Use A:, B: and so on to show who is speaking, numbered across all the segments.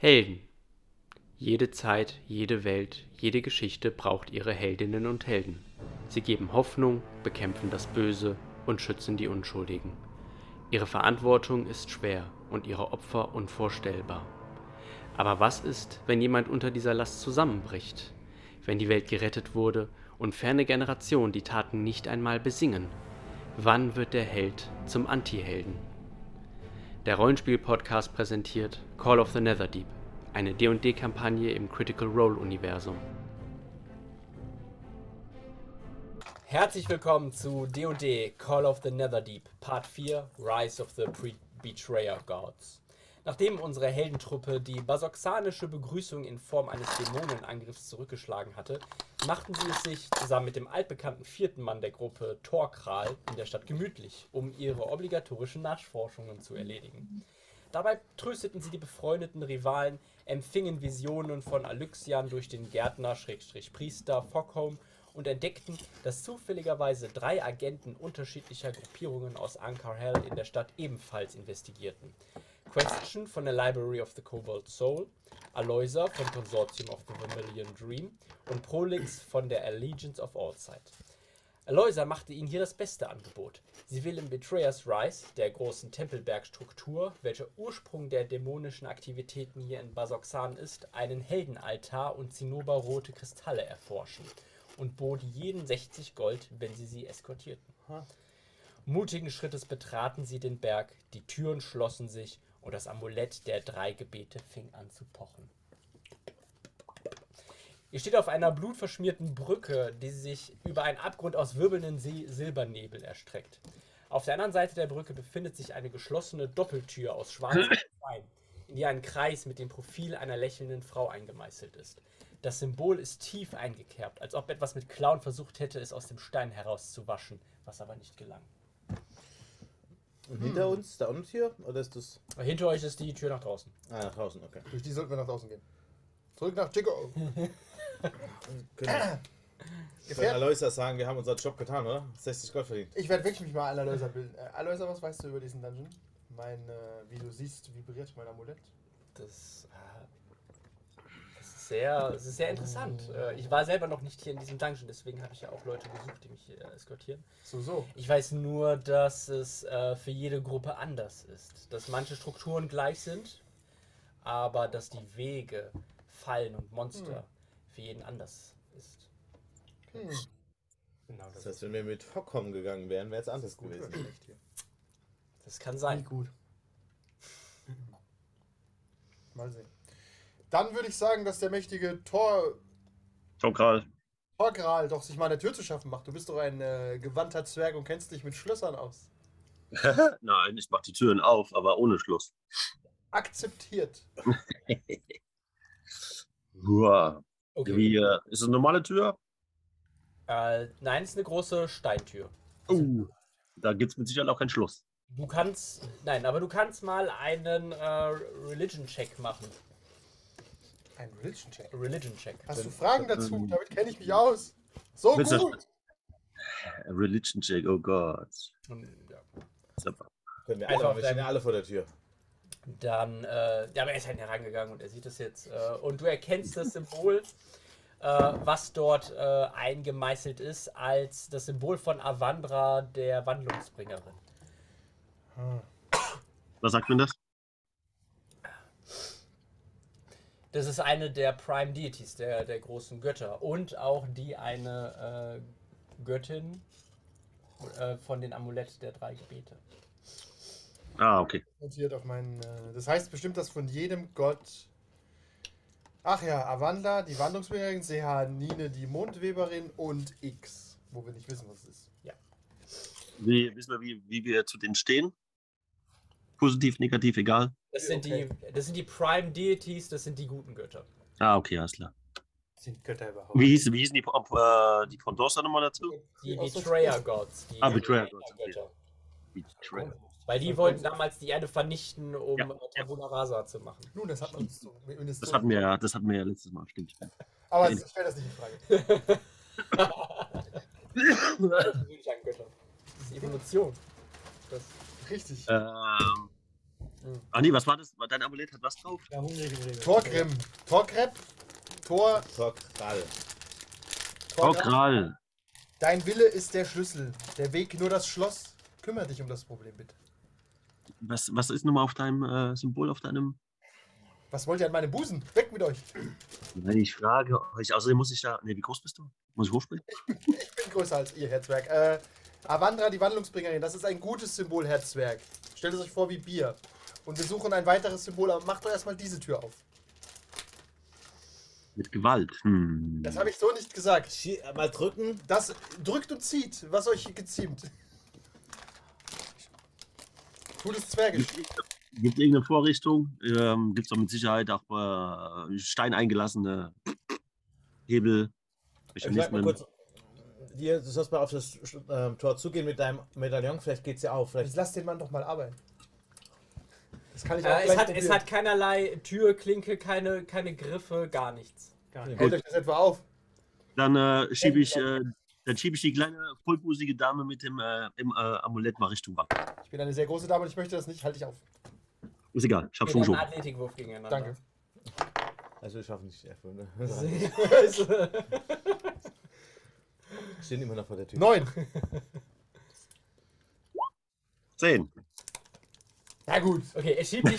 A: Helden. Jede Zeit, jede Welt, jede Geschichte braucht ihre Heldinnen und Helden. Sie geben Hoffnung, bekämpfen das Böse und schützen die Unschuldigen. Ihre Verantwortung ist schwer und ihre Opfer unvorstellbar. Aber was ist, wenn jemand unter dieser Last zusammenbricht? Wenn die Welt gerettet wurde und ferne Generationen die Taten nicht einmal besingen? Wann wird der Held zum Antihelden? Der Rollenspiel-Podcast präsentiert Call of the Netherdeep, eine D&D-Kampagne im Critical Role-Universum.
B: Herzlich willkommen zu D&D Call of the Netherdeep Part 4 Rise of the Pre Betrayer Gods. Nachdem unsere Heldentruppe die basoxanische Begrüßung in Form eines Dämonenangriffs zurückgeschlagen hatte, machten sie es sich zusammen mit dem altbekannten vierten Mann der Gruppe Torkral in der Stadt gemütlich, um ihre obligatorischen Nachforschungen zu erledigen. Dabei trösteten sie die befreundeten Rivalen, empfingen Visionen von Alyxian durch den Gärtner-Priester Fockholm und entdeckten, dass zufälligerweise drei Agenten unterschiedlicher Gruppierungen aus Ankarhel in der Stadt ebenfalls investigierten. Question von der Library of the Cobalt Soul, Aloysa vom Consortium of the Vermilion Dream und Prolix von der Allegiance of Allsight. Aloysa machte ihnen hier das beste Angebot. Sie will im Betrayers Rise, der großen Tempelbergstruktur, welcher Ursprung der dämonischen Aktivitäten hier in Basoxan ist, einen Heldenaltar und zinnoberrote Kristalle erforschen und bot jeden 60 Gold, wenn sie sie eskortierten. Mutigen Schrittes betraten sie den Berg, die Türen schlossen sich und das Amulett der drei Gebete fing an zu pochen. Ihr steht auf einer blutverschmierten Brücke, die sich über einen Abgrund aus wirbelnden See Silbernebel erstreckt. Auf der anderen Seite der Brücke befindet sich eine geschlossene Doppeltür aus schwarzem Stein, in die ein Kreis mit dem Profil einer lächelnden Frau eingemeißelt ist. Das Symbol ist tief eingekerbt, als ob etwas mit Klauen versucht hätte, es aus dem Stein herauszuwaschen, was aber nicht gelang.
C: Und hinter uns, da uns hier? Oder ist das.
B: Hinter euch ist die Tür nach draußen.
C: Ah, nach draußen, okay.
D: Durch die sollten wir nach draußen gehen. Zurück nach Chico.
C: Können wir
D: Gefährt.
C: Aloysias sagen, wir haben unseren Job getan, oder? 60 Gold verdient.
D: Ich werde wirklich mich mal an Aloysa bilden. Äh, Aloysa, was weißt du über diesen Dungeon? Mein, äh, wie du siehst, vibriert mein Amulett.
B: Das, äh, das, ist, sehr, das ist sehr interessant. Äh, ich war selber noch nicht hier in diesem Dungeon, deswegen habe ich ja auch Leute gesucht, die mich hier äh, eskortieren.
D: So, so.
B: Ich weiß nur, dass es äh, für jede Gruppe anders ist. Dass manche Strukturen gleich sind, aber dass die Wege, Fallen und Monster für jeden anders ist.
D: Hm.
B: Genau, das,
C: Das heißt, wenn wir mit Vorkommen gegangen wären, wäre es anders
D: Gut,
C: gewesen.
D: oder schlecht hier.
B: das kann
D: Nicht
B: sein.
D: gut. Mal sehen. Dann würde ich sagen, dass der mächtige Tor
E: Tokral.
D: Torgral doch sich mal eine Tür zu schaffen macht. Du bist doch ein äh, gewandter Zwerg und kennst dich mit Schlössern aus.
E: Nein, ich mach die Türen auf, aber ohne Schluss.
D: Akzeptiert.
E: Uah.
B: Okay.
E: Wie, äh, ist es eine normale Tür?
B: Äh, nein, es ist eine große Steintür.
E: Uh, da gibt es mit Sicherheit auch keinen Schluss.
B: Du kannst, nein, aber du kannst mal einen äh, Religion-Check machen.
D: Ein Religion-Check.
B: Religion-Check.
D: Hast du Fragen dazu?
E: Ähm,
D: Damit kenne ich mich aus. So
E: willst du-
D: Oh, gut.
E: Religion Check, oh Gott.
B: Und, ja.
E: Super.
C: Können wir
B: Einfach
C: alle, wir
B: bleiben.
C: stehen alle vor der Tür.
B: Dann, äh, ja, aber er ist halt herangegangen und er sieht es jetzt. Äh, und du erkennst das Symbol, äh, was dort äh, eingemeißelt ist, als das Symbol von Avandra, der Wandlungsbringerin.
E: Was sagt man das?
B: Das ist eine der Prime Deities, der, der großen Götter. Und auch die eine äh, Göttin äh, von den Amulett der drei Gebete.
E: Ah, okay.
D: notiert auf meinen. Äh, das heißt bestimmt, dass von jedem Gott. Ach ja, Avandla, die Wandlungsbringerin, CH Nine, die Mondweberin und X, wo wir nicht wissen, was es ist.
E: Wie, wissen wir, wie, wie wir zu denen stehen? Positiv, negativ, egal.
B: Das sind,
D: Okay.
B: die, das sind die Prime Deities, das sind die guten Götter.
E: Ah, okay, alles klar.
D: Sind Götter überhaupt?
E: Wie hießen wie hießen die, ob, äh, die Pondosa nochmal dazu?
B: Die
D: Aus der
B: Betrayer
D: Spitze.
B: Gods. Die
E: Ah, Betrayer Gods, okay.
B: Götter.
E: Betrayal.
B: Weil die wollten damals die Erde vernichten, um
E: Ja.
B: äh, Tabula Rasa zu machen.
D: Nun, das hat man uns so. mindestens
E: Das
D: so-
E: hatten wir ja, das hatten wir ja letztes Mal, stimmt.
D: Aber ich stelle das nicht in Frage.
B: Persönlich an Götter. Das ist Evolution. Das,
E: Äh,
D: Richtig.
E: ähm, Ach nee, was war das? Dein Amulett hat was drauf?
F: Ja, hungrig im Regel.
D: Torgrim. Torgreb. Tor.
C: Torkrall.
E: Oh,
D: Torgrab. Dein Wille ist der Schlüssel. Der Weg nur das Schloss. Kümmere dich um das Problem, bitte.
E: Was, was ist nochmal auf deinem äh, Symbol, auf deinem.
D: Was wollt ihr an meinem Busen? Weg mit euch.
E: Nein, ich frage euch. Außerdem muss ich da. Nee, wie groß bist du? Muss ich hochspringen?
D: Ich bin größer als ihr, Herzwerk. Äh, Avandra, die Wandlungsbringerin, das ist ein gutes Symbol, Herzwerk. Stellt es euch vor wie Bier. Und wir suchen ein weiteres Symbol, aber macht doch erstmal diese Tür auf.
E: Mit Gewalt. Hm.
D: Das habe ich so nicht gesagt.
C: Schie äh, mal drücken.
D: Das drückt und zieht, was euch geziemt. Gutes Zwergisch.
E: Gibt irgendeine Vorrichtung? Ähm, Gibt es auch mit Sicherheit auch äh, Stein eingelassene Hebel,
F: Ich sag mal
E: Mechanismen.
F: kurz, dir, du sollst mal auf das äh,
C: ähm,
F: Tor zugehen mit deinem Medaillon, vielleicht geht's ja auf.
D: Jetzt
F: Vielleicht
D: lass den Mann doch mal arbeiten. Das kann ich auch
B: Äh, es,
D: gleich
B: hat, es
D: probieren.
B: hat keinerlei Tür, Klinke, keine, keine Griffe, gar nichts.
F: gar nicht.
D: Hält euch das etwa auf?
E: Dann äh, schiebe ich, äh, dann schieb ich die kleine, vollbusige Dame mit dem äh, im, äh, Amulett mal Richtung Wand.
D: Ich bin eine sehr große Dame und ich möchte das nicht. Halt dich auf.
E: Ist egal, ich habe
B: Mit
E: schon
B: einem
E: schon.
B: Athletikwurf gegeneinander.
D: Danke.
F: Also wir schaffen nicht F. ne?
C: Stehen immer noch vor der Tür.
D: Neun.
E: Zehn.
D: Na gut.
B: Okay, er schiebt dich.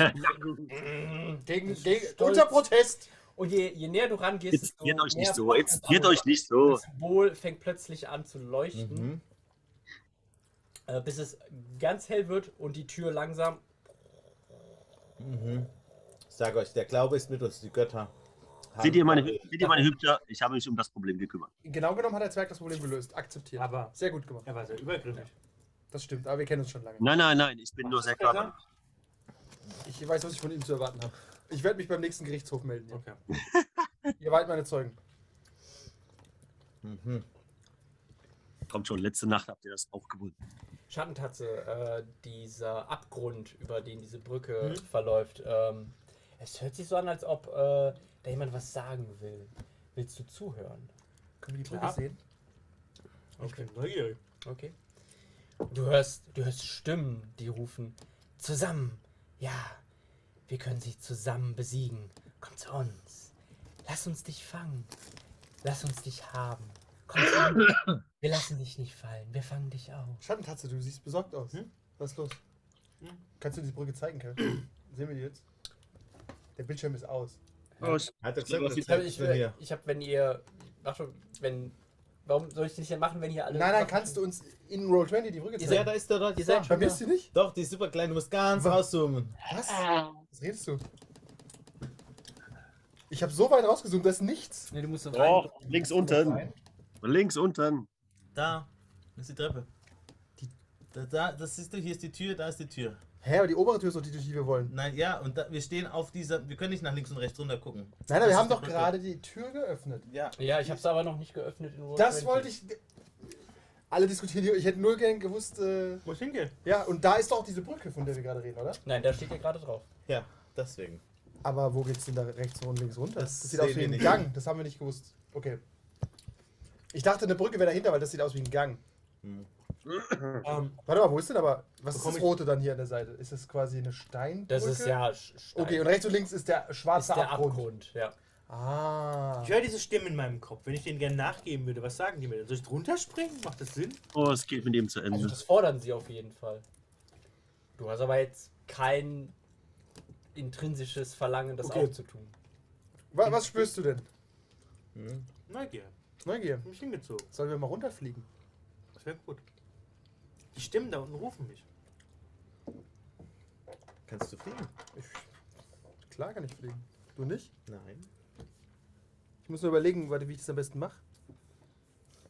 D: Gegen, gegen, unter Protest.
B: Und je, je näher du rangehst,
E: Jetzt wird euch nicht
B: mehr
E: so.
B: flackert
E: Jetzt
B: das
E: wird
B: Amulett.
E: euch nicht so.
B: Das Symbol fängt plötzlich an zu leuchten,
C: Mhm.
B: äh, bis es ganz hell wird und die Tür langsam.
C: Ich sage euch, der Glaube ist mit uns, die Götter. haben-
E: Seht ihr meine, Hü- seht ihr meine Hübscher? Ich habe mich um das Problem gekümmert.
D: Genau genommen hat der Zwerg das Problem gelöst. Akzeptiert.
F: Aber-
D: Sehr gut gemacht.
F: Er war sehr übergriffig.
D: Das stimmt, aber wir kennen uns schon lange.
E: Nein, nein, nein, ich bin nur sehr klar.
D: Ich weiß, was ich von ihm zu erwarten habe. Ich werde mich beim nächsten Gerichtshof melden.
F: Okay.
D: Ihr wart meine Zeugen.
C: Mhm.
E: Kommt schon, letzte Nacht habt ihr das auch gewonnen.
B: Schattentatze, äh, dieser Abgrund, über den diese
D: Mhm.
B: Brücke verläuft. Ähm, es hört sich so an, als ob äh, da jemand was sagen will. Willst du zuhören?
D: Können wir die
B: Klar.
D: sehen?
F: Ich bin neugierig.
B: Okay. Du hörst, du hörst Stimmen, die rufen: Zusammen! Ja, wir können sie zusammen besiegen. Komm zu uns. Lass uns dich fangen. Lass uns dich haben. Komm zu uns. Wir lassen dich nicht fallen. Wir fangen dich auf.
D: Schattentatze, du siehst besorgt aus.
F: Hm?
D: Was ist los? Kannst du die Brücke zeigen, Kerl? Sehen wir die jetzt? Der Bildschirm ist aus.
C: Hat er
E: Ja,
C: gesagt,
E: was
C: das
E: ich-
C: ist nicht
B: ich,
C: von mir.
B: habe, wenn ihr. Warte, wenn. Warum soll ich das nicht machen, wenn hier alle.
D: Nein, nein, kannst du uns in Roll 20 die Brücke
B: Ihr
D: zeigen?
F: Ja, da Äh, ist er doch.
B: Ihr seid
F: da.
B: schon-
D: Vermisst du nicht?
F: Doch, die ist super klein, du musst ganz
D: Was?
F: rauszoomen.
D: Was?
F: Ah.
D: Was redest du? Ich habe so weit rausgezoomt, da ist nichts.
B: Nee, du musst rein.
E: Doch, Oh, links unten. Links unten.
F: Da ist die Treppe. Die, da, da, das siehst du, hier ist die Tür, da ist die Tür.
D: Hä, aber die obere Tür ist doch die, durch die wir wollen.
F: Nein, ja, und da, wir stehen auf dieser. Wir können nicht nach links und rechts runter gucken.
D: Nein, nein,
F: Das
D: wir haben
F: ist die
D: doch
F: Brücke.
D: gerade die Tür geöffnet.
F: Ja.
B: Ja, ich hab's aber noch nicht geöffnet in Roll
D: Das
B: 20.
D: wollte ich. Alle diskutieren hier. Ich hätte nur gern gewusst. Äh,
F: Wo ich hingehe?
D: ja, und da ist doch diese Brücke, von der wir gerade reden, oder?
B: Nein, da steht ja gerade drauf.
F: Ja, deswegen.
D: Aber wo geht's denn da rechts und links runter?
F: Das
D: Das, sieht aus
F: sehen
D: wie
F: wir
D: ein
F: nicht.
D: Gang. Das haben wir nicht gewusst. Okay. Ich dachte, eine Brücke wäre dahinter, weil das sieht aus wie ein Gang.
F: Hm. Ähm,
D: Warte mal, wo ist denn aber. Was ist
F: Bekomm
D: das
F: ich-
D: Rote dann hier an der Seite? Ist das quasi eine Steinbrücke?
B: Das ist ja. Sch- Stein.
D: Okay, und rechts und links ist der
B: ist
D: schwarze
B: der
D: Abgrund.
B: Abgrund. ja.
D: Ah.
F: ich höre diese Stimme in meinem Kopf. Wenn ich denen gerne nachgeben würde, was sagen die mir? Soll ich runterspringen? Macht das Sinn?
E: Oh, es geht mit dem zu
B: Also
E: Ende.
B: das fordern sie auf jeden Fall. Du hast aber jetzt kein intrinsisches Verlangen, das
D: Okay.
B: auch zu tun.
D: Wa was spürst du denn?
F: Hm, Neugier.
D: Neugier.
F: Ich mich hingezogen.
D: Sollen wir mal runterfliegen?
F: Das wäre gut. Die Stimmen da unten rufen mich.
C: Kannst du fliegen?
D: Klar kann ich fliegen. Du nicht?
C: Nein.
D: Ich muss nur überlegen, warte, wie ich das am besten mache.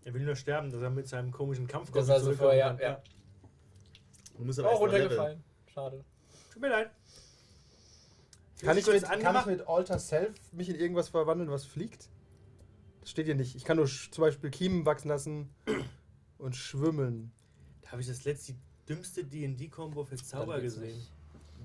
F: Er will nur sterben, dass er mit seinem komischen Kampf
B: Das war so vorher, ja. ja.
C: Du musst aber erst
B: Auch
C: mal leveln.
B: runtergefallen. Schade.
F: Tut mir leid.
D: Kann ich,
F: kurz
D: mit, kann ich
F: angemacht?
D: mit Alter Self mich in irgendwas verwandeln, was fliegt? Das steht hier nicht. Ich kann nur sch- zum Beispiel Kiemen wachsen lassen und schwimmen.
F: Da habe ich das letzte, die dümmste DD-Kombo für Zauber
B: Dann geht's
F: gesehen.
B: nicht.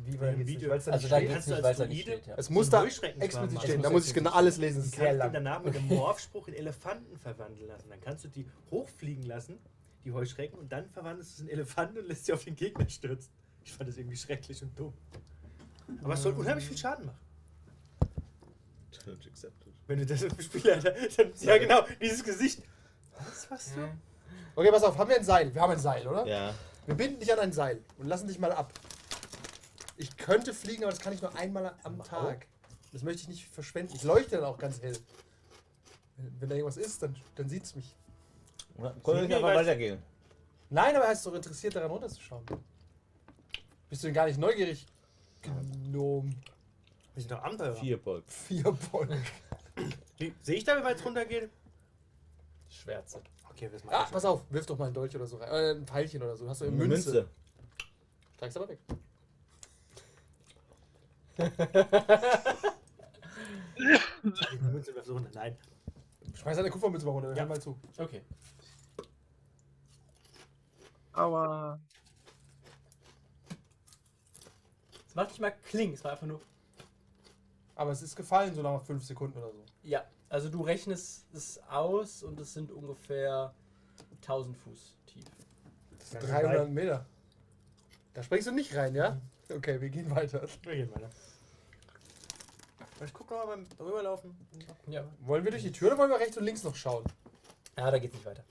D: Wie
F: war- geht's nicht,
D: Video?
F: weil's da
B: Also
F: nicht
B: da
F: steht.
B: geht's
F: Kannst du
B: nicht
F: als
B: weiter, nicht
F: Druide?
B: steht, ja.
D: es
F: so
D: muss
F: ein
D: da
F: Heuschreckenschwarm
D: explizit
F: machen. Also
D: stehen. Da
B: Das
D: muss
B: muss
D: ich genau alles lesen. Das
F: Du
D: ist sehr
F: kannst den
D: lang.
F: danach mit einem Morphspruch in Elefanten verwandeln lassen. Dann kannst du die hochfliegen lassen, die Heuschrecken, und dann verwandelst du es in Elefanten und lässt sie auf den Gegner stürzen. Ich fand das irgendwie schrecklich und dumm.
G: Aber
D: Ähm.
G: es soll unheimlich viel Schaden machen.
F: Challenge accepted.
G: Wenn du das spielst, Alter. Dann, ja, genau, dieses Gesicht. Was machst du?
D: Okay, pass auf, haben wir ein Seil? Wir haben ein Seil, oder?
F: Ja.
D: Wir binden dich an ein Seil und lassen dich mal ab. Ich könnte fliegen, aber das kann ich nur einmal am Tag. Das möchte ich nicht verschwenden. Ich leuchte dann auch ganz hell. Wenn wenn da irgendwas ist, dann, dann sieht es mich.
F: Oder Können wir nicht einfach weitergehen?
D: Nein, aber er ist doch interessiert daran, runterzuschauen. Bist du denn gar nicht neugierig? Gnom.
G: Wir sind doch Abenteurer.
F: Vier Bolt.
D: Vierboll.
G: Wie- Sehe ich da, wie weit es runtergeht?
B: Schwärze.
G: Okay, wir sind
D: Ah, pass auf, wirf doch mal ein Dolch oder so rein. Äh, ein Pfeilchen oder so. Hast du eine Münze. Münze. Trag's aber weg.
G: Die Münze wir versuchen. Nein.
D: Schmeiß deine Kupfermünze mal runter. Hör mal zu.
B: Okay.
E: Aua.
B: Es macht nicht mal Kling, es war einfach nur.
D: Aber es ist gefallen, so nach fünf Sekunden oder so.
B: Ja, also du rechnest es aus und es sind ungefähr 1000 Fuß tief.
D: Das sind 300 Meter. Da springst du nicht rein, ja? Okay, Mhm. wir gehen weiter.
G: Wir gehen weiter. Ich guck nochmal beim Rüberlaufen.
B: Ja.
D: Wollen wir durch die Tür oder wollen wir rechts und links noch schauen?
B: Ah, da geht's nicht weiter.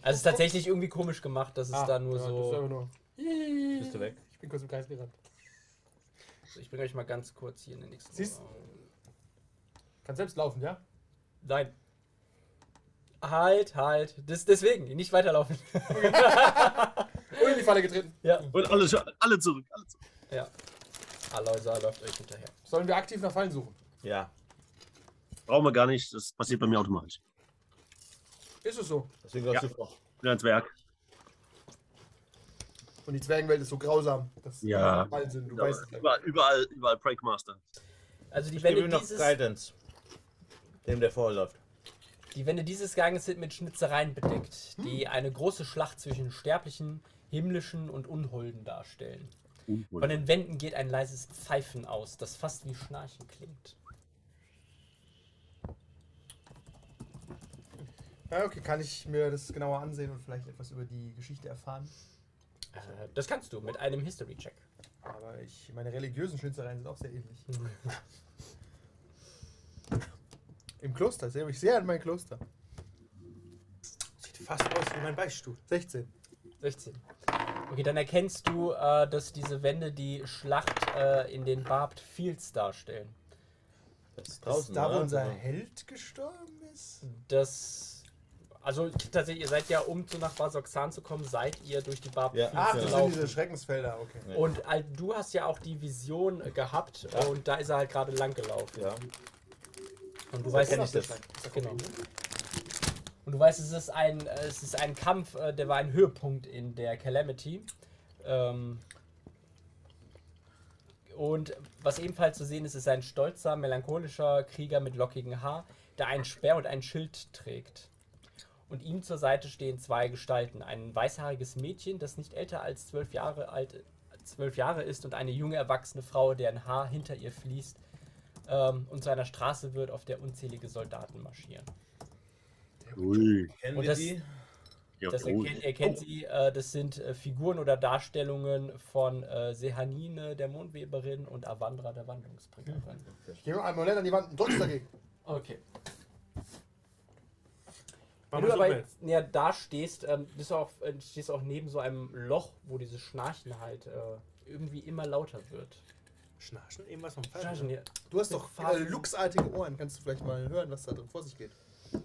B: Also es ist tatsächlich irgendwie komisch gemacht, dass es da nur
D: Ah, ja, Das ist
B: so.
D: einfach nur.
F: Bist du weg?
D: Ich bin kurz im Kreis gerannt.
B: Ich bringe euch mal ganz kurz hier in den nächsten
D: Siehst-
B: Raum.
D: Kannst selbst laufen, ja?
B: Nein. Halt, halt. Des, deswegen, nicht weiterlaufen.
D: Und Oh, in die Falle getreten.
B: ja.
E: Und alle, alle zurück. Alle zurück.
B: Ja. Aloysa läuft euch hinterher.
D: Sollen wir aktiv nach Fallen suchen?
F: Ja.
E: Brauchen wir gar nicht. Das passiert bei mir automatisch.
D: Ist es so.
F: Deswegen läufst
E: Ja.
F: du vor.
E: Bin ein Zwerg.
D: Und die Zwergenwelt ist so grausam. Das
E: Ja.
D: Fallen sind, du weißt es. glaub ich.
E: Überall, überall, überall Breakmaster.
B: Also die
F: Ich gebe
B: Wände,
F: ihm noch
B: dieses,
F: Guidance. Dem, der vorläuft.
B: die Wände dieses Ganges sind mit Schnitzereien bedeckt, die eine große Schlacht zwischen Sterblichen, Himmlischen und Unholden darstellen. Von den Wänden geht ein leises Pfeifen aus, das fast wie Schnarchen klingt.
D: Ja, okay, kann ich mir das genauer ansehen und vielleicht etwas über die Geschichte erfahren.
B: Äh, das kannst du mit einem History-Check.
D: Aber ich, meine religiösen Schnitzereien sind auch sehr ähnlich. Im Kloster, ich erinnere mich sehr an mein Kloster.
G: Sieht fast aus wie mein Beichtstuhl.
D: 16.
B: 16. Okay, dann erkennst du, äh, dass diese Wände die Schlacht äh, in den Barbed Fields darstellen.
F: Das ist
D: Ist
F: draußen. ne?
D: da, wo
F: oder?
D: unser Held gestorben ist?
B: Das. Also tatsächlich, ihr seid ja, um zu nach Basoxan zu kommen, seid ihr durch die Barbed
F: Ja.
B: Fields
D: Ach, das sind
B: gelaufen.
D: diese Schreckensfelder, okay.
F: Ja.
B: Und äh, du hast ja auch die Vision äh, gehabt äh, und da ist er halt gerade lang gelaufen.
F: Ja.
B: Und du weißt
F: kenn ich das.
B: Genau. Und du weißt, es ist ein, äh, es ist ein Kampf, äh, der war ein Höhepunkt in der Calamity. Ähm, und was ebenfalls zu sehen ist, ist ein stolzer, melancholischer Krieger mit lockigem Haar, der einen Speer und ein Schild trägt. Und ihm zur Seite stehen zwei Gestalten. Ein weißhaariges Mädchen, das nicht älter als zwölf Jahre alt zwölf Jahre ist und eine junge erwachsene Frau, deren Haar hinter ihr fließt ähm, und zu einer Straße wird, auf der unzählige Soldaten marschieren.
E: Ui.
F: Kennen
B: Und
F: wir
B: das-
F: die?
E: Ja,
B: Das
E: oh.
B: erkennt, ihr kennt sie, äh, das sind äh, Figuren oder Darstellungen von äh, Sehanine, der Mondweberin, und Avandra, der Wandlungsbringerin.
D: Ich gebe einen Moment an die Wand und drückst dagegen.
B: Okay. Wenn
G: Machen
B: du aber
G: wir aber
B: jetzt näher da stehst, ähm, bist du auch, äh, stehst du auch neben so einem Loch, wo dieses Schnarchen halt äh, irgendwie immer lauter wird.
G: Schnarchen? Irgendwas vom
B: Schnarchen,
G: Falschen.
B: ja.
D: Du hast doch
B: Phasen.
D: äh, luchsartige Ohren. Kannst du vielleicht mal hören, was da drin vor sich geht?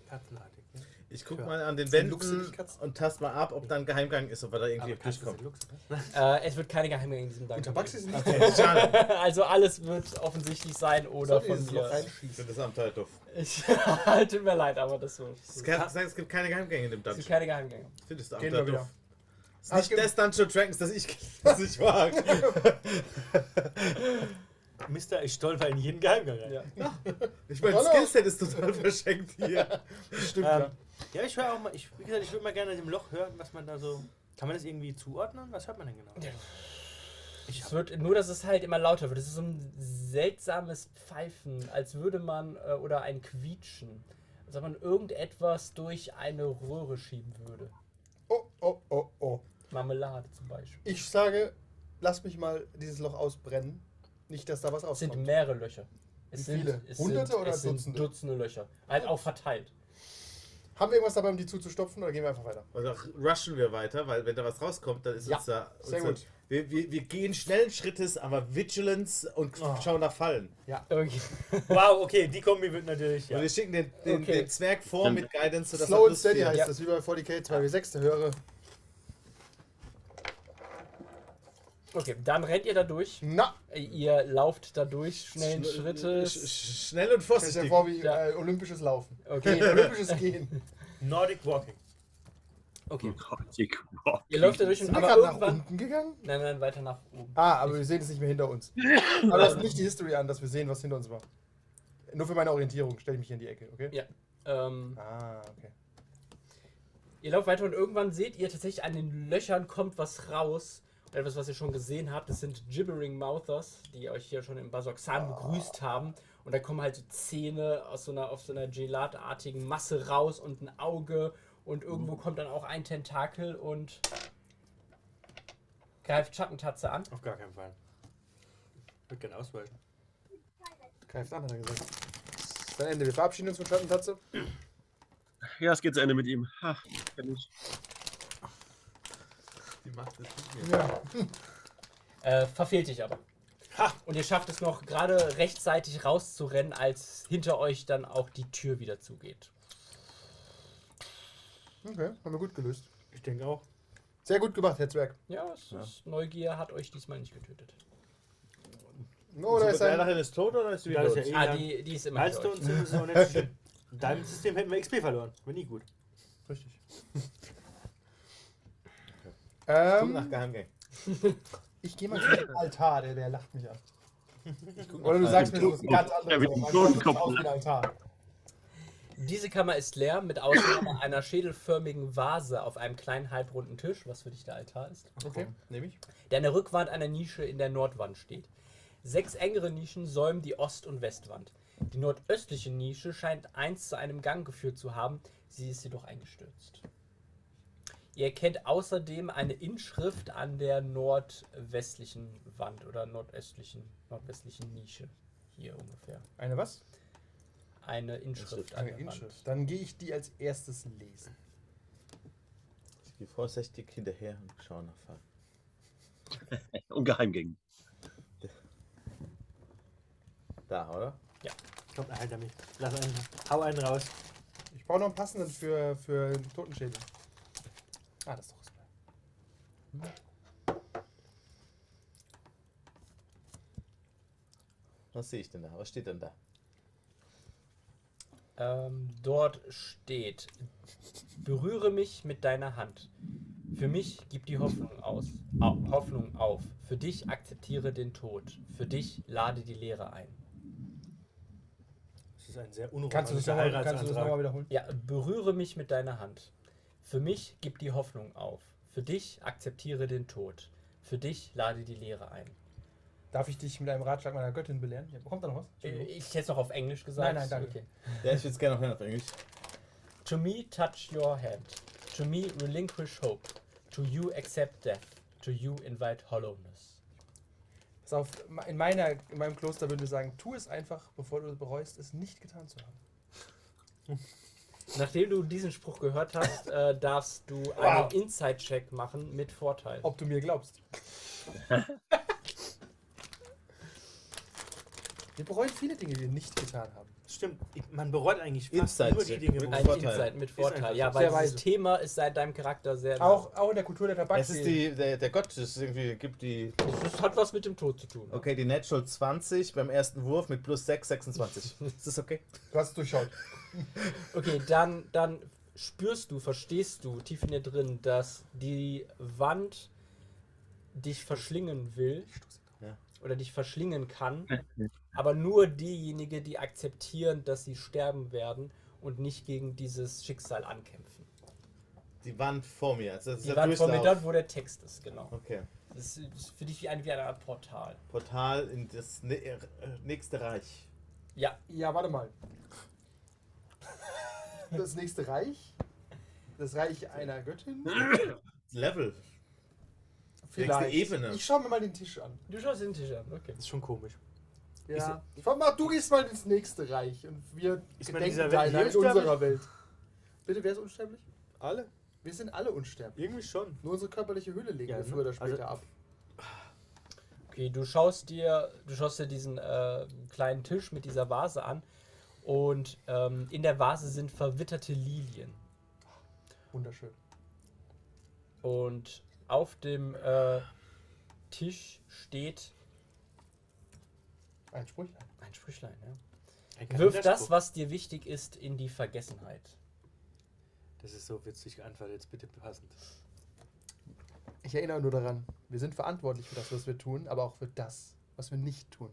G: Katzenartig. ne?
F: Ich guck
G: Ja.
F: mal an den
D: Sind
F: Wänden
D: Luchse nicht Katzen?
F: und tast mal ab, ob da ein Geheimgang ist, ob wir da irgendwie
G: Aber Katzen sind
F: durchkommen.
G: Luchse, ne?
B: Äh, es wird keine Geheimnisse in diesem Dank.
D: Unter Bugs ist nicht
F: Okay, schade.
B: Also alles wird offensichtlich sein oder
D: Soll
B: von
D: dieses Loch
B: dir.
F: Ich
D: reinschießen.
F: finde das Abenteuer
H: halt
F: doof.
B: Ich tut mir leid, aber das so.
F: Es kann sein, es gibt keine Geheimgänge in dem
B: Es gibt
F: Dungeon.
B: keine Geheimgänge.
F: Ich finde das
D: Gehen
H: halt
F: Abenteuer
D: wir
F: doof.
D: wieder.
F: Es
D: Ah, es
F: ist nicht das Dungeon Dragons, das ich, das ich mag.
G: Mister, ich stolper in jeden Geheimgang rein.
B: Ja.
F: Ich meine, das
D: Hallo.
F: Skillset ist total verschenkt hier.
D: Stimmt,
G: Ähm,
D: ja.
G: ja, ich höre auch mal, ich, wie gesagt, ich würde mal gerne in dem Loch hören, was man da so. Kann man das irgendwie zuordnen? Was hört man denn genau?
B: Ja.
G: Ich
B: Es
G: hab,
B: wird nur, dass es halt immer lauter wird. Es ist so ein seltsames Pfeifen, als würde man äh, oder ein Quietschen, als ob man irgendetwas durch eine Röhre schieben würde.
D: Oh, oh, oh, oh.
B: Marmelade zum Beispiel.
D: Ich sage, lass mich mal dieses Loch ausbrennen. Nicht, dass da was
B: Es sind
D: auskommt.
B: mehrere Löcher. Es
D: Wie
B: sind,
D: viele?
B: Es
D: Hunderte
B: sind,
D: oder
B: es sind
D: Dutzende?
B: Dutzende Löcher. Also auch verteilt.
D: Haben wir irgendwas dabei, um die zuzustopfen oder gehen wir einfach weiter?
H: Oder rushen wir weiter, weil wenn da was rauskommt, dann ist
D: Ja,
H: uns da.
D: sehr
H: unser-
D: gut.
H: Wir, wir, wir gehen schnellen Schrittes, aber Vigilance und
D: Oh.
H: schauen nach Fallen.
B: Okay.
G: Wow, okay, die Kombi wird natürlich. Ja.
H: Und wir schicken den, den,
B: Okay.
H: den Zwerg vor
E: Dann-
H: mit Guidance, sodass er
D: Slow and
H: plus
D: steady
H: vier-
D: heißt
B: Ja.
D: das, wie bei 40k 2W6, der höhere.
B: okay, dann rennt ihr da durch.
D: Na,
B: Ihr lauft da durch, schnellen
H: Sch-
B: Schritte.
H: äh, sch- sch- Schnell und
D: das ist ja
H: vorsichtig.
D: vor wie
B: Ja.
D: äh, olympisches Laufen.
B: Okay,
D: Olympisches Gehen.
G: Nordic Walking.
E: Oh
B: okay.
E: Gottig, wow.
B: Ihr läuft da durch
D: Sind
B: und
D: wir
B: aber
D: gerade nach
B: irgendwann.
D: unten gegangen?
B: Nein, nein, weiter nach oben.
D: Ah, aber wir sehen es nicht mehr hinter uns. Aber lass nicht die History an, dass wir sehen, was hinter uns war. Nur für meine Orientierung stelle ich mich hier in die Ecke, okay?
B: Ja. Ähm,
D: Ah, okay.
B: ihr lauft weiter und irgendwann seht ihr tatsächlich an den Löchern kommt was raus. Und etwas, was ihr schon gesehen habt, das sind Gibbering Mouthers, die euch hier schon im Basoxan begrüßt haben. Und da kommen halt so Zähne aus so einer, auf so einer gelatartigen Masse raus und ein Auge. Und irgendwo kommt dann auch ein Tentakel und greift Schattentatze an.
G: Auf gar keinen Fall. Wird gern ausweichen.
D: Greift an, hat er gesagt. Das ist ein Ende. Wir verabschieden uns von Schattentatze.
E: Ja, es geht zu Ende mit ihm. Ha, kenn ich.
H: Die macht das nicht mehr.
D: Ja.
B: Äh, verfehlt dich aber. Und ihr schafft es noch gerade rechtzeitig rauszurennen, als hinter euch dann auch die Tür wieder zugeht.
D: Okay, haben wir gut gelöst.
G: Ich denke auch.
D: Sehr gut gemacht, Herr Zwerg.
B: Ja, es ist Neugier hat euch diesmal nicht getötet.
D: No, da ist ein...
H: nachher ist tot oder ist
G: Ja, das ist ja eh
B: Ah,
G: lang.
B: die, die ist immer
G: Als
B: für
G: du
B: euch.
G: uns ist es auch nicht so schön. In deinem System hätten wir XP verloren. War nie gut.
D: Richtig.
H: Guck nach
D: ähm,
H: Geheimgang.
D: ich gehe mal zu dem Altar, der, der lacht mich an. Oder du
E: nach
D: sagst mir,
E: dem
D: das ist was ganz
E: Totenkopf. Der mit dem
D: anderes. aber ich
E: Totenkopf.
D: auf den Altar.
B: Diese Kammer ist leer, mit Ausnahme einer schädelförmigen Vase auf einem kleinen halbrunden Tisch, was für dich der Altar ist,
D: Okay, nehme ich.
B: der an der Rückwand einer Nische in der Nordwand steht. Sechs engere Nischen säumen die Ost- und Westwand. Die nordöstliche Nische scheint einst zu einem Gang geführt zu haben, sie ist jedoch eingestürzt. Ihr erkennt außerdem eine Inschrift an der nordwestlichen Wand oder nordöstlichen, nordwestlichen Nische. Hier ungefähr.
D: Eine was?
B: Eine Inschrift an
D: Eine
B: der Wand.
D: Inschrift. Dann gehe ich die als erstes lesen.
H: Ich gehe vorsichtig hinterher und schaue nach Fallen.
E: Und Geheimgängen.
H: Da, oder?
G: Kommt halt damit. Lass einen. Hau einen raus.
D: Ich brauche noch einen passenden für, für den Totenschädel. Ah, das ist doch super.
H: Was sehe ich denn da? Was steht denn da?
B: Ähm, dort steht: Berühre mich mit deiner Hand. Für mich gib die Hoffnung aus, au, Hoffnung auf. Für dich akzeptiere den Tod. Für dich lade die Lehre ein.
G: Das ist ein sehr
D: Kannst du das
G: unromantischer
D: nochmal kannst du das noch mal
G: Heiratsantrag.
D: wiederholen?
B: Ja, berühre mich mit deiner Hand. Für mich gib die Hoffnung auf. Für dich akzeptiere den Tod. Für dich lade die Lehre ein.
D: Darf ich dich mit einem Ratschlag meiner Göttin belehren? Ja, kommt da noch was?
B: Äh,
D: Entschuldigung.
B: Ich hätte es noch auf Englisch gesagt.
D: Nein, nein, danke.
H: Ja, ich würde es gerne noch hören auf Englisch.
B: To me, touch your hand. To me, relinquish hope. To you, accept death. To you, invite hollowness.
D: Pass auf, in, meiner, in meinem Kloster würden wir sagen, tu es einfach, bevor du bereust, es nicht getan zu haben.
B: Nachdem du diesen Spruch gehört hast, äh, darfst du einen Inside-Check machen mit Vorteil.
D: Ob du mir glaubst. wir bereuen viele Dinge, die wir nicht getan haben.
G: Stimmt, ich, man bereut eigentlich fast
H: Inside
G: nur die
H: Check.
G: Dinge, wo
H: Mit
G: man
B: Ein
H: Vorteil.
B: Insight mit
G: einfach
B: Vorteil. Ja,
D: so.
B: weil
D: Sehr
B: dieses
D: weise.
B: Thema ist seit deinem Charakter sehr.
D: Auch, auch in der Kultur der Tabak.
H: Es ist die, der, der Gott, das ist irgendwie, gibt die.
B: Das hat was mit dem Tod zu tun.
H: Okay, die Natural 20 beim ersten Wurf mit plus 6, 26. ist das okay?
D: Du hast es durchschaut.
B: Okay, dann, dann spürst du, verstehst du tief in dir drin, dass die Wand dich verschlingen will
H: Ja.
B: oder dich verschlingen kann, aber nur diejenigen, die akzeptieren, dass sie sterben werden und nicht gegen dieses Schicksal ankämpfen.
H: Die Wand vor mir. Also das ist
B: Die
H: der
B: Wand von mir
H: Durchlauf.
B: dort, wo der Text ist, genau.
H: Okay.
B: Das ist für dich wie ein, wie eine Art Portal.
H: Portal in das nä- äh, nächste Reich.
B: Ja,
D: Ja, warte mal. Das nächste Reich? Das Reich einer Göttin?
H: Level.
D: Vielleicht.
H: Ebene.
D: Ich schau mir mal den Tisch an.
B: Du schaust den Tisch an, okay.
G: Das ist schon komisch.
D: Ja. Ich frag mal, du gehst mal ins nächste Reich und wir
G: Ist man in dieser
D: gedenken
G: Welt
D: deiner in
G: unsterblich?
D: unserer Welt. Bitte, wer ist unsterblich?
H: Alle?
D: Wir sind alle unsterblich.
H: Irgendwie schon.
D: Nur unsere körperliche Hülle legen
G: Ja,
D: wir
G: ne?
D: früher oder später ab.
B: Okay, du schaust dir, du schaust dir diesen äh, kleinen Tisch mit dieser Vase an und ähm, in der Vase sind verwitterte Lilien.
D: Wunderschön.
B: Und auf dem äh, Tisch steht
D: Ein Sprüchlein.
B: ein Sprüchlein. Ja. Wirf das,
G: Kalenderspruch.
B: was dir wichtig ist, in die Vergessenheit.
G: Das ist so witzig geantwortet, jetzt bitte passend.
D: Ich erinnere nur daran, wir sind verantwortlich für das, was wir tun, aber auch für das, was wir nicht tun.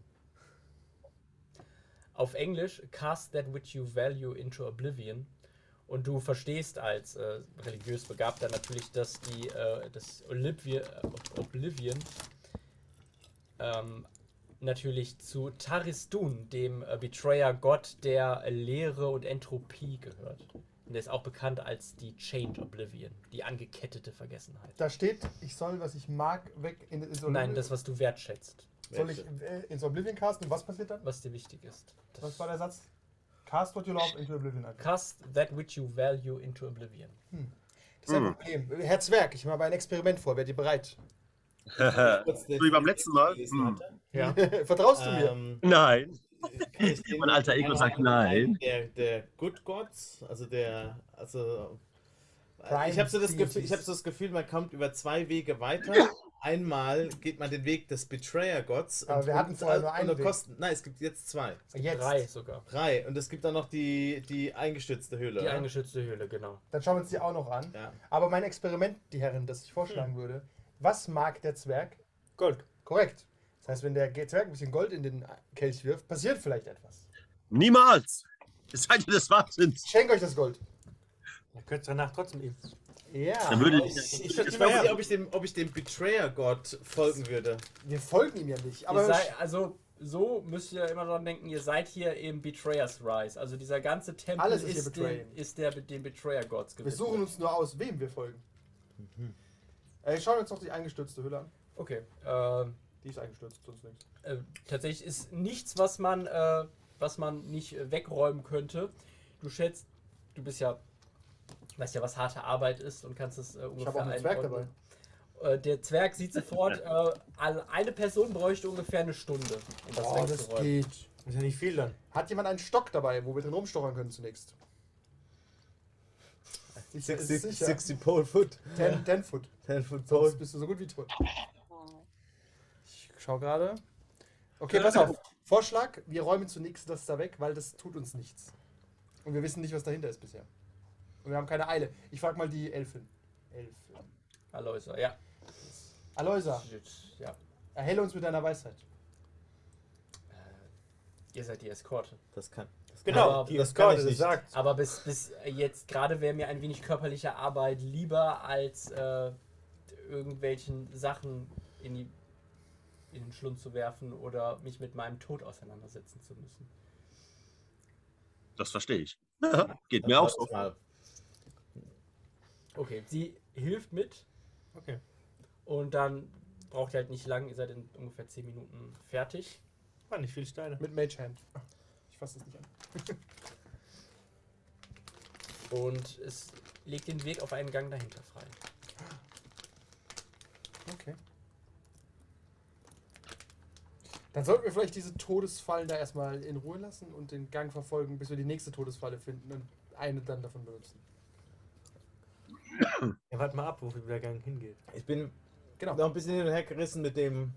B: Auf Englisch, cast that which you value into oblivion. Und du verstehst als äh, religiös Begabter natürlich, dass die, äh, das Olivia, äh, Oblivion ähm, natürlich zu Taristun, dem äh, Betrayer-Gott der Leere und Entropie gehört. Und der ist auch bekannt als die Chained Oblivion, die angekettete Vergessenheit.
D: Da steht, ich soll, was ich mag, weg in ins Oblivion.
B: Nein, das, was du wertschätzt,
D: soll ich äh, ins Oblivion casten und was passiert dann?
B: was dir wichtig ist. Das
D: Was war der Satz? Cast what you love into Oblivion. Alter.
B: Cast that which you value into oblivion.
D: Das ist ein Problem. Herr Zwerg, ich habe ein Experiment vor. Werdet ihr bereit?
E: so wie beim letzten Mal? Hm.
G: Ja.
D: Vertraust du mir?
H: Ähm,
E: Nein.
H: kann ich den-
E: Mein alter Ego sagt nein.
H: Der, der Good Gods, also der, also
D: Prime
H: ich habe so das
D: Deities.
H: Gefühl, ich habe so das Gefühl, man kommt über zwei Wege weiter. Einmal geht man den Weg des Betrayer Gods.
D: Aber wir hatten vorher nur einen Weg.
H: Kosten. Nein, es gibt jetzt zwei,
D: Jetzt.
B: Drei sogar.
H: drei und es gibt dann noch die die eingestürzte Höhle.
B: Die
H: oder?
B: eingeschützte Höhle, genau.
D: Dann schauen wir uns die auch noch an.
H: ja.
D: Aber mein Experiment, die Herren, das ich vorschlagen würde, was mag der Zwerg?
G: Gold.
D: Korrekt. Das heißt, wenn der Ge- Zwerg ein bisschen Gold in den Kelch wirft, passiert vielleicht etwas.
E: Niemals! Es seid ihr des Wahnsinns.
D: Ich schenke euch das Gold.
G: Dann könntest du danach trotzdem eben.
D: Ja.
E: Dann würde
H: Ich,
E: ich.
H: ich, ich weiß nicht, ob ich dem, ob ich dem Betrayer Gott folgen würde.
D: Wir folgen ihm ja nicht. Aber
B: ihr sei, also so müsst ihr immer dran denken, ihr seid hier im Betrayers Rise. Also dieser ganze Tempel
D: Alles ist hier
B: ist,
D: Betrayen.
B: den, ist der den Betrayer Gods
D: wir
B: gewidmet.
D: suchen uns nur aus, wem wir folgen. Äh, schauen wir uns noch die eingestürzte Hülle an.
B: Okay. Äh,
D: Die ist eingestürzt, sonst nichts.
B: äh, tatsächlich ist nichts, was man, äh, was man nicht äh, wegräumen könnte. Du schätzt, du bist ja, weißt ja, was harte Arbeit ist und kannst es äh, ungefähr
D: Ich habe auch einen Zwerg dabei.
B: einordnen. Äh, der Zwerg sieht sofort, äh, alle- eine Person bräuchte ungefähr eine Stunde, um das wegzuräumen.
D: geht.
G: Ist ja nicht viel dann.
D: Hat jemand einen Stock dabei, wo wir drin rumstochern können zunächst? Ich bin sicher.
H: 60 Pole Foot.
D: Ten, ten Foot.
H: 10 Foot
D: Sonst
H: Pole.
D: bist du so gut wie tot. Ich schau gerade. Okay, pass auf. Vorschlag, wir räumen zunächst das da weg, weil das tut uns nichts. Und wir wissen nicht, was dahinter ist bisher. Und wir haben keine Eile. Ich frag mal die Elfin. Elfin.
B: Aloysia, ja.
D: Aloysa,
B: ja.
D: erhelle uns mit deiner Weisheit.
B: Ihr seid die Eskorte.
H: Das kann. Das
G: Genau,
B: Aber
G: die
H: das
G: ist
H: kann
G: Gott,
H: ich
G: das
H: nicht.
G: sagt.
B: Aber bis, bis äh, jetzt gerade wäre mir ein wenig körperliche Arbeit lieber als äh, irgendwelchen Sachen in, die, in den Schlund zu werfen oder mich mit meinem Tod auseinandersetzen zu müssen.
E: Das verstehe ich. Geht mir auch so.
H: Mal.
B: Okay, sie hilft mit
G: Okay.
B: und dann braucht ihr halt nicht lang, ihr seid in ungefähr 10 Minuten fertig.
G: War nicht viel Steine.
D: Mit Mage Hand. Ich fasse das nicht an.
B: Und es legt den Weg auf einen Gang dahinter frei.
D: Okay. Dann sollten wir vielleicht diese Todesfallen da erstmal in Ruhe lassen und den Gang verfolgen, bis wir die nächste Todesfalle finden und eine dann davon benutzen.
G: Ja, warte mal ab, wo der Gang hingeht.
H: Ich bin
D: Genau.
H: noch ein bisschen hin und her gerissen mit dem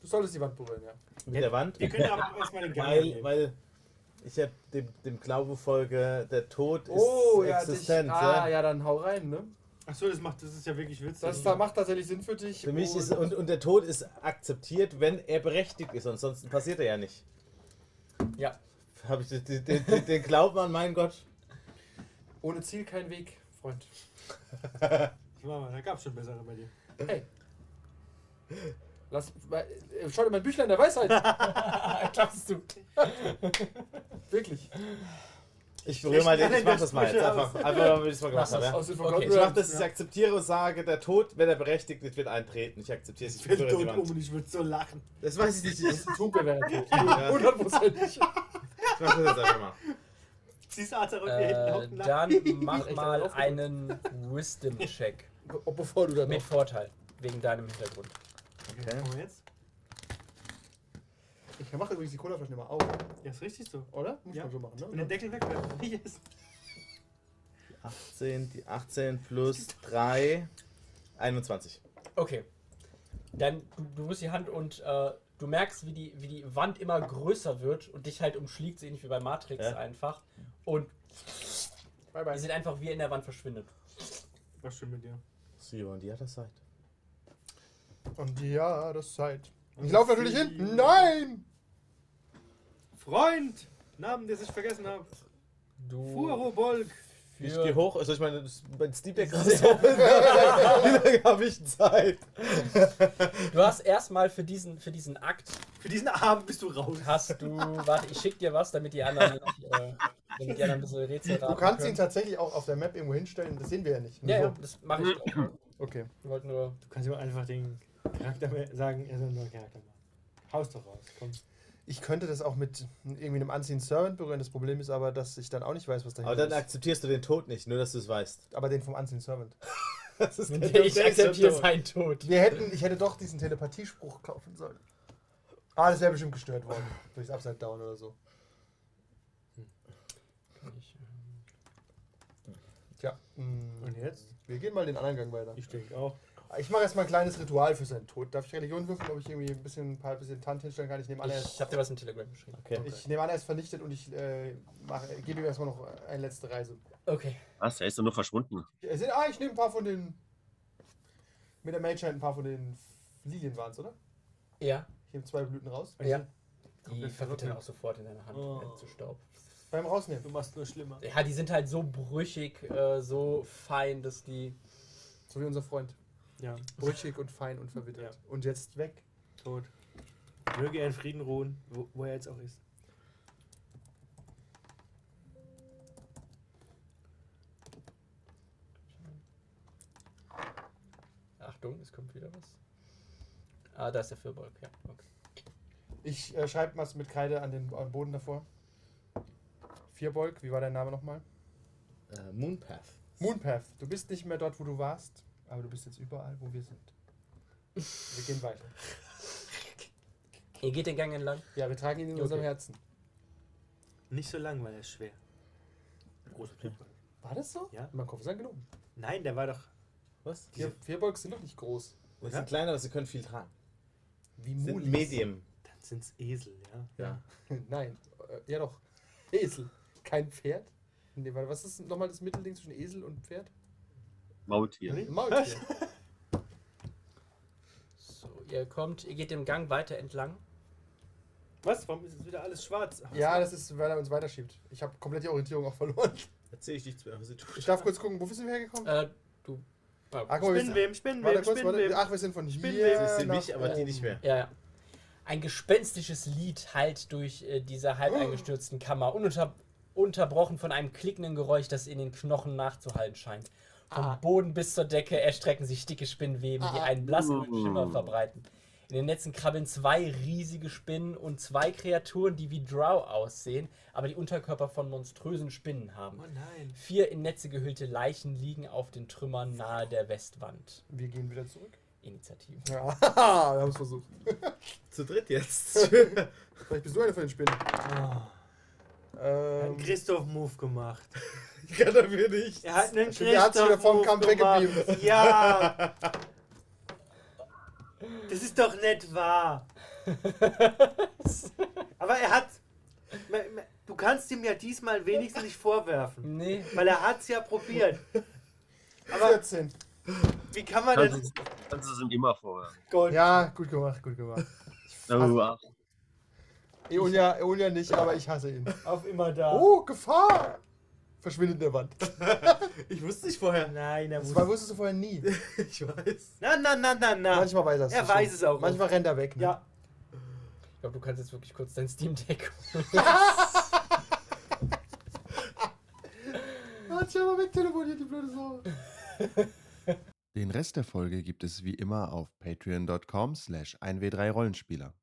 D: Du solltest die Wand berühren, ja.
H: mit der Wand.
G: Wir können aber erstmal den Gang
H: Weil,
G: angehen.
H: weil ich ja dem, dem Glaube folge, der Tod ist
D: Oh, ja, dich,
H: existent. ja.
D: ah, ja, dann hau rein, ne?
G: Achso, das macht, das ist ja wirklich witzig.
D: Das da macht tatsächlich Sinn für dich.
H: Für mich
D: und-
H: ist und, und der Tod ist akzeptiert, wenn er berechtigt ist. Ansonsten passiert er ja nicht.
B: Ja,
H: Habe ich den, den, den, den Glauben an meinen Gott?
D: ohne Ziel kein Weg, Freund.
G: Warte mal, da gab's schon bessere bei dir.
D: Hey. Lass, äh, schau dir mein Büchlein der Weisheit. Klappst du. Wirklich.
H: Ich Ich berühre mal den, ich mach das mal jetzt einfach. Einfach, damit ich es mal
B: Mach
H: gemacht habe.
B: das
H: Ja.
B: aus dem
D: Okay.
H: Ich
B: Vergotten.
H: mach das, ich akzeptiere und sage, der Tod, wenn er berechtigt wird, wird eintreten. Ich akzeptiere es, ich
I: Fällt
H: berühre
I: tot um
H: niemanden.
I: und ich würde so lachen.
H: Das weiß ich nicht, ich
B: Tupe wäre tot.
H: Ja.
D: halt
B: Hundertprozentig.
H: mach das jetzt einfach mal.
I: Siehst du, Azarok, wir hinten
B: Äh,
I: hocken lachen.
B: Dann mach mal einen Wisdom-Check.
D: Be- Bevor du da
B: Mit
D: noch.
B: Vorteil. Wegen deinem Hintergrund.
H: Okay.
I: Komm jetzt.
D: Ich mache übrigens die Colaflaschen immer auf,
I: Ja, ist richtig so.
D: oder? Muss
I: Ja.
D: man so machen, ne?
I: Und den Deckel wegwerfen. Yes.
H: 18, die 18 plus 3, 21.
B: Okay. Dann, du, du musst die Hand und äh, du merkst, wie die, wie die Wand immer größer wird und dich halt umschlägt, so ähnlich wie bei Matrix
H: Ja.
B: einfach. Und
D: Bye,
B: die
D: bye.
B: sind einfach wie in der Wand verschwindet.
I: War schön mit dir.
H: Sie und die hat das Seite.
D: Und ja, das ist Zeit. Ich laufe natürlich hin. Nein!
I: Freund! Namen, den ich vergessen habe.
B: Du
I: Furo Bolk.
H: Ich
B: für-
H: gehe hoch, soll ich meine, mein Steam Deck rausholen? Wie lange habe ich Zeit?
B: Du hast erstmal für diesen, für diesen Akt
I: Für diesen Abend bist du raus.
B: hast du. Warte, ich schick dir was, damit die anderen, nicht, äh, damit die anderen ein bisschen Rätsel
D: Du kannst ihn tatsächlich auch auf der Map irgendwo hinstellen, das sehen wir ja nicht. Nur
B: Ja, ja,
D: so.
B: das mache ich auch.
D: Okay.
B: Ich wollte nur.
I: Du kannst ihm einfach den Charakter mehr- sagen, er soll einen neuen Charakter machen. Haust doch raus, komm.
D: Ich könnte das auch mit irgendwie einem Unseen Servant berühren. Das Problem ist aber, dass ich dann auch nicht weiß, was
H: Aber
D: dahinter
H: dann
D: ist.
H: akzeptierst du den Tod nicht, nur dass du es weißt.
D: Aber den vom Unseen Servant.
H: Das ist kein Tod,
B: Ich
H: der ist
B: akzeptiere
H: schon tot.
B: seinen Tod.
D: Wir hätten, ich hätte doch diesen Telepathie-Spruch kaufen sollen. Ah, das wäre bestimmt gestört worden. Durchs Upside Down oder so. Tja. mm,
I: Und jetzt?
D: Wir gehen mal den anderen Gang weiter.
I: Ich denke auch.
D: Ich mache erstmal ein kleines Ritual für seinen Tod. Darf ich Religion würfeln, ob ich irgendwie ein bisschen, ein paar bisschen Tant hinstellen kann? Ich nehme an, er
B: Ich
D: ist,
B: habe dir was im Telegram geschrieben.
H: Okay.
D: ich nehme an, er ist vernichtet und ich äh, mache, gebe ihm erstmal noch eine letzte Reise.
B: Okay.
E: Was? Er ist doch nur verschwunden.
D: Es Sind, ah, ich nehme ein paar von den. Mit der Mage Hand ein paar von den Lilien waren es, oder?
B: Ja.
D: Ich nehme zwei Blüten raus.
B: Ja. Die
I: Komplett verrückt,
B: verwittern
I: ja.
B: auch sofort in deiner Hand
I: Oh.
B: werden zu Staub.
D: Beim Rausnehmen.
I: Du machst nur schlimmer.
B: Ja, die sind halt so brüchig, äh, so fein, dass die.
D: So wie unser Freund.
I: Ja,
D: Brüchig und fein und verwittert. Und jetzt weg.
I: tot. Möge er in Frieden ruhen, wo, wo er jetzt auch ist.
B: Achtung, es kommt wieder was. Ah, da ist der Fürbolg, ja. Okay.
D: Ich äh, schreibe was mit Kreide an den, an den Boden davor. Vierbolg, wie war dein Name nochmal?
H: Äh, Moonpath.
D: Moonpath, du bist nicht mehr dort, wo du warst, aber du bist jetzt überall, wo wir sind. Wir gehen weiter.
B: Ihr geht den Gang entlang.
D: Ja, wir tragen ihn in unserem
B: Okay.
D: Herzen.
I: Nicht so lang, weil er ist schwer. Großer Typ.
D: War das so?
I: Ja.
D: Mein Kopf ist angenommen.
I: Nein, der war doch.
H: Was?
D: Vier, Vierbolg sind doch nicht groß.
H: Die
I: Ja.
H: sind kleiner, aber sie können viel tragen.
D: Wie
H: Sie sind
D: Mulis.
H: Medium.
I: Dann sind's Esel, ja.
H: Ja.
D: Nein, äh, ja doch. Esel. Kein Pferd. Nee, warte, was ist nochmal das Mittelding zwischen Esel und Pferd?
E: Maultier.
D: Maultier.
B: So, ihr kommt, ihr geht den Gang weiter entlang.
I: Was? Warum ist jetzt wieder alles schwarz? Ach,
D: Ja, das ist, weil er uns weiterschiebt. Ich habe komplett die Orientierung auch verloren.
H: Erzähl ich nichts mehr, was sie tun.
D: Ich darf kurz gucken, wo sind wir hergekommen?
B: Äh, du.
D: Ah, guck mal, wir sind,
I: Spinnweben, Spinnweben,
D: warte kurz, warte.
I: Spinnweben.
D: Ach, wir sind von hier.
I: Spinnweben.
H: Sie sehen
D: nach
H: mich, aber die
D: oben.
H: nicht mehr.
B: Ja, ja. Ein gespenstisches Lied hallt durch äh, diese halb eingestürzten Kammer, ununter unterbrochen von einem klickenden Geräusch, das in den Knochen nachzuhallen scheint. Vom
I: Ah.
B: Boden bis zur Decke erstrecken sich dicke Spinnweben, die einen blassen
E: Mm.
B: Schimmer verbreiten. In den Netzen krabbeln zwei riesige Spinnen und zwei Kreaturen, die wie Drow aussehen, aber die Unterkörper von monströsen Spinnen haben.
I: Oh nein.
B: Vier in Netze gehüllte Leichen liegen auf den Trümmern nahe der Westwand.
D: Wir gehen wieder zurück.
B: Initiative.
D: Ja, wir haben es versucht.
H: Zu dritt jetzt.
D: Vielleicht bist du eine von den Spinnen.
I: Er hat einen
D: Ähm,
I: Christoph-Move gemacht.
H: ich kann dafür nicht.
I: Er hat einen
D: Stimmt, er hat's wieder vorm Kampf
I: Christoph-Move
D: weggebeamt.
I: gemacht. Ja. Das ist doch nicht wahr. Aber er hat. Du kannst ihm ja diesmal wenigstens nicht vorwerfen.
B: Nee,
I: Weil er hat's ja probiert.
D: Ähm,
I: Aber
D: 14.
I: wie kann man
E: Kannst
I: denn.
E: du- kannst du es ihm immer vorwerfen.
I: Gold.
D: Ja, gut gemacht, gut gemacht.
E: Oh, ach,
D: Eolia, Eolia nicht, aber ich hasse ihn.
I: Auf immer da.
H: Uh,
D: Oh, Gefahr! Verschwindet in der Wand.
H: Ich wusste nicht vorher.
I: Nein, er
D: Das
I: muss.
D: war, wusstest du vorher nie.
H: Ich weiß.
I: Na, na, na, na, na.
D: Manchmal weiß er's,
I: Er
D: das stimmt.
I: weiß es auch.
D: Manchmal rennt er weg. Ne?
I: Ja.
B: Ich glaube, du kannst jetzt wirklich kurz dein Steam Deck.
D: hat sich aber wegtelefoniert, die blöde Sau.
J: Den Rest der Folge gibt es wie immer auf patreon.com slash 1w3rollenspieler.